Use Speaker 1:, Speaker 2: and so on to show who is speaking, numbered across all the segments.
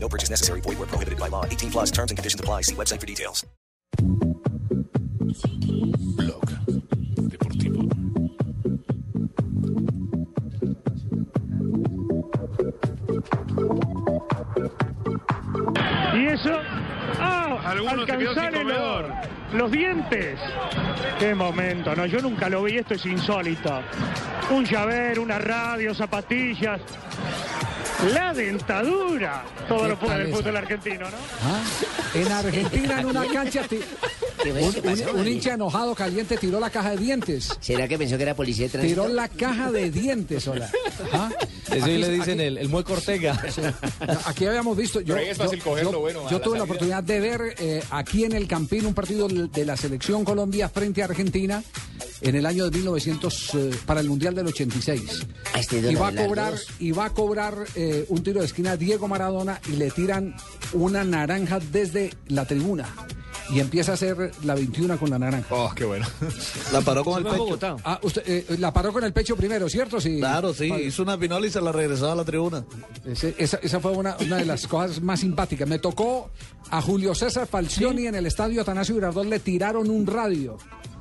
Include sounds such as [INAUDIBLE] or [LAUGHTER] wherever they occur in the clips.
Speaker 1: No purchase necessary. Void where prohibited by law. 18 plus terms and conditions apply. See website for details.
Speaker 2: Blog deportivo.
Speaker 3: Y eso. ¡Ah!
Speaker 4: Alguno se quedó sin
Speaker 3: Alcanzar el
Speaker 4: comedor.
Speaker 3: olor. los dientes. Qué momento, no, yo nunca lo vi, esto es insólito. Un llavero, una radio, zapatillas. La dentadura. Todo
Speaker 5: ¿Qué
Speaker 3: lo puede
Speaker 5: tal
Speaker 3: el
Speaker 5: eso?
Speaker 3: fútbol argentino, ¿no?
Speaker 5: Ah, En Argentina, en una cancha, ti- un, un- un hincha enojado caliente tiró la caja de dientes.
Speaker 6: ¿Será que pensó que era policía de tránsito?
Speaker 5: Tiró la caja de dientes,
Speaker 7: [LAUGHS]
Speaker 5: hola. Ah,
Speaker 7: Eso
Speaker 5: aquí-
Speaker 7: le dicen
Speaker 5: aquí-
Speaker 7: el, el mueco
Speaker 5: [LAUGHS]
Speaker 7: Ortega.
Speaker 5: Aquí habíamos visto. Yo,
Speaker 4: Pero ahí es fácil
Speaker 5: yo-
Speaker 4: cogerlo,
Speaker 5: yo-
Speaker 4: bueno, a
Speaker 5: yo
Speaker 4: la
Speaker 5: tuve la
Speaker 4: salida.
Speaker 5: oportunidad de ver eh, aquí en el Campín un partido de la selección Colombia frente a Argentina en el año de 1900 eh, para el Mundial del 86.
Speaker 6: Ah, este
Speaker 5: Y
Speaker 6: don
Speaker 5: va a
Speaker 6: Abelardo
Speaker 5: cobrar,
Speaker 6: es-
Speaker 5: y va a cobrar eh, un tiro de esquina a Diego Maradona y le tiran una naranja desde la tribuna. Y empieza a hacer la 21 con la naranja.
Speaker 4: Oh, qué bueno.
Speaker 7: La paró con el pecho.
Speaker 5: Ah, usted eh, la paró con el pecho primero, ¿cierto? Sí.
Speaker 7: Claro, sí, hizo una pinola y se la regresó a la tribuna.
Speaker 5: Ese- esa, esa fue una, una
Speaker 7: [LAUGHS]
Speaker 5: de las cosas más simpáticas. Me tocó a Julio César Falcioni en el estadio Atanasio Girardot, le tiraron un radio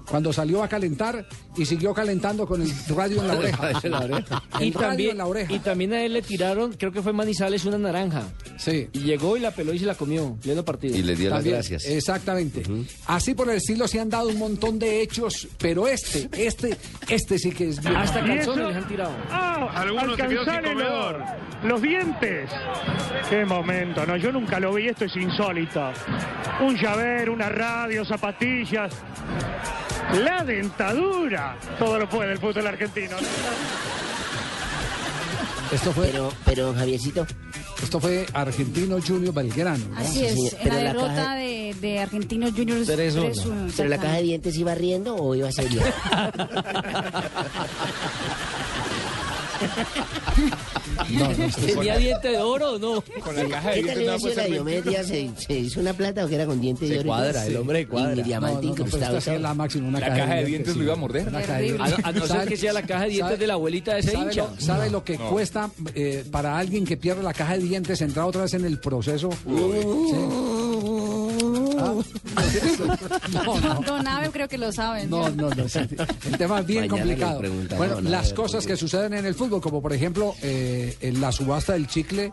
Speaker 5: cuando salió a calentar y siguió calentando con el radio
Speaker 7: [LAUGHS]
Speaker 5: en la oreja. El
Speaker 8: Y
Speaker 5: radio
Speaker 8: también,
Speaker 5: en la oreja.
Speaker 8: y también a él le tiraron, creo que fue Manizales, una naranja.
Speaker 5: Sí.
Speaker 8: Y llegó y la peló y se la comió. Pleno partido.
Speaker 9: Y le dio las
Speaker 5: También, eh,
Speaker 9: gracias.
Speaker 5: Exactamente. Así por el estilo se han dado un montón de hechos, pero este, este, este sí que es bien.
Speaker 8: Hasta
Speaker 3: Y eso-
Speaker 8: calzones les han tirado.
Speaker 3: ¡Ah!
Speaker 4: Alguno se quedó sin
Speaker 3: Alcanzar el
Speaker 4: comedor.
Speaker 3: olor. Los dientes. Qué momento, no, yo nunca lo vi, esto es insólito. Un llavero, una radio, zapatillas. La dentadura. Todo lo puede el fútbol argentino, ¿no?
Speaker 5: Esto fue,
Speaker 6: Pero, pero, Javiercito,
Speaker 5: esto fue Argentino Junior Belgrano. ¿no?
Speaker 10: Así es,
Speaker 6: señor.
Speaker 10: en
Speaker 6: Pero
Speaker 10: la
Speaker 6: la
Speaker 10: derrota
Speaker 6: caja-
Speaker 10: de, de Argentinos Juniors
Speaker 7: 3-1.
Speaker 10: 3-1.
Speaker 6: ¿pero la caja de dientes iba riendo o iba serio?
Speaker 5: No, no,
Speaker 6: Este
Speaker 5: esto-
Speaker 8: ¿Tenía diente de oro o no?
Speaker 4: Con la caja de
Speaker 6: ¿Qué
Speaker 4: dientes
Speaker 6: tal el
Speaker 4: no va a
Speaker 6: negocio de
Speaker 8: pues
Speaker 4: poder
Speaker 6: la
Speaker 4: ser
Speaker 6: Diomedia? ¿Se, se hizo una plata o que era con dientes
Speaker 7: Se
Speaker 6: de oro? y
Speaker 7: cuadra,
Speaker 6: todo?
Speaker 7: el hombre de cuadra.
Speaker 6: Y mi
Speaker 5: no,
Speaker 6: diamante
Speaker 5: no, no, pero
Speaker 6: incrustado.
Speaker 5: esta sí es la máxima, una
Speaker 4: La caja de dientes
Speaker 5: sí.
Speaker 4: lo iba a Ah, morder.
Speaker 5: Una caja de
Speaker 10: Terrible.
Speaker 8: A,
Speaker 5: dientes.
Speaker 8: a no ser
Speaker 5: ¿Sabe-
Speaker 8: que sea la caja de dientes
Speaker 5: sabe-
Speaker 8: de la abuelita de ese
Speaker 5: ¿Sabe
Speaker 8: hincha. Pues
Speaker 5: lo, sabe lo que cuesta eh, para alguien que pierde la caja de dientes entrar otra vez en el proceso? No, no.
Speaker 10: Don, Don Abel creo que lo saben.
Speaker 5: No,
Speaker 10: ¿no?
Speaker 5: no, no. sí, El tema es bien
Speaker 6: Mañana
Speaker 5: complicado.
Speaker 6: le preguntamos
Speaker 5: Bueno,
Speaker 6: a la
Speaker 5: las
Speaker 6: de-
Speaker 5: cosas que suceden en el fútbol, como por ejemplo eh, en la subasta del chicle,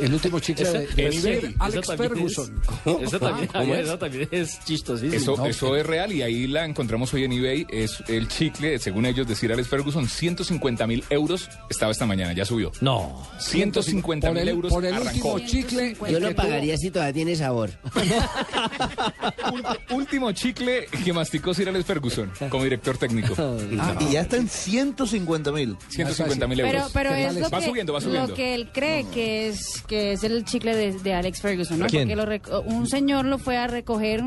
Speaker 5: el último chicle de, de
Speaker 8: Sí,
Speaker 5: Sir
Speaker 8: eso
Speaker 5: Alex
Speaker 8: también
Speaker 5: Ferguson.
Speaker 8: Es, eso, también, eso también es chistosísimo.
Speaker 4: Eso,
Speaker 5: No,
Speaker 4: eso es real y ahí la encontramos hoy en eBay. Es el chicle, según ellos, de Sir Alex Ferguson, 150 mil euros. Estaba esta mañana, ya subió.
Speaker 8: No.
Speaker 4: 150
Speaker 5: Por
Speaker 4: mil
Speaker 5: el-
Speaker 4: euros
Speaker 5: Por el
Speaker 4: arrancó.
Speaker 5: último chicle.
Speaker 6: Yo
Speaker 5: que
Speaker 6: lo
Speaker 5: tuvo-
Speaker 6: pagaría si todavía tiene sabor.
Speaker 4: Ul- [LAUGHS] último chicle que masticó Sir Alex
Speaker 5: [LAUGHS]
Speaker 4: Ferguson como director técnico.
Speaker 5: Ah,
Speaker 9: Y ya está en 150 mil.
Speaker 4: 150 mil
Speaker 10: Pero,
Speaker 4: euros.
Speaker 10: pero
Speaker 5: ¿Qué
Speaker 10: es
Speaker 5: tal
Speaker 10: lo
Speaker 5: es?
Speaker 10: que,
Speaker 4: Va subiendo, va subiendo.
Speaker 10: lo que él cree que es que es el chicle de, de Alex Ferguson, ¿no?
Speaker 7: ¿Quién?
Speaker 10: Porque lo reco- un señor lo fue a recoger,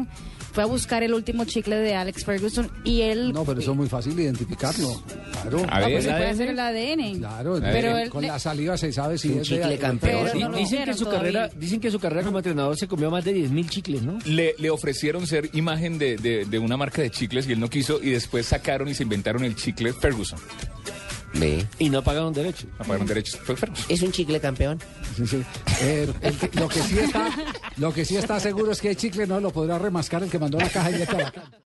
Speaker 10: fue a buscar el último chicle de Alex Ferguson y él
Speaker 5: No, pero eso es muy fácil identificarlo. Claro.
Speaker 4: A
Speaker 10: Ah, pues
Speaker 4: ver,
Speaker 10: se puede
Speaker 8: ADN.
Speaker 10: hacer el ADN.
Speaker 5: Claro,
Speaker 10: Pero él
Speaker 5: con
Speaker 10: le-
Speaker 5: la saliva se sabe si
Speaker 6: Un
Speaker 5: es de-
Speaker 6: chicle campeón.
Speaker 10: Pero
Speaker 8: Di-
Speaker 10: no lo
Speaker 8: dicen, que
Speaker 10: hicieron
Speaker 8: su
Speaker 10: todavía.
Speaker 8: carrera, dicen que su carrera como entrenador se comió más de 10.000 chicles, ¿no?
Speaker 4: le, le ofrecieron ser imagen de, de- de una marca de chicles y él no quiso y después sacaron y se inventaron el chicle Ferguson.
Speaker 6: Ve,
Speaker 8: Y no pagaron derecho.
Speaker 4: Apagaron derechos. Fue Ferguson.
Speaker 6: es un chicle campeón.
Speaker 5: [LAUGHS] Sí, sí. Eh, el que- lo, que sí está, lo que sí está seguro es que el chicle no lo podrá remascar el que mandó la caja de dieta a la cama.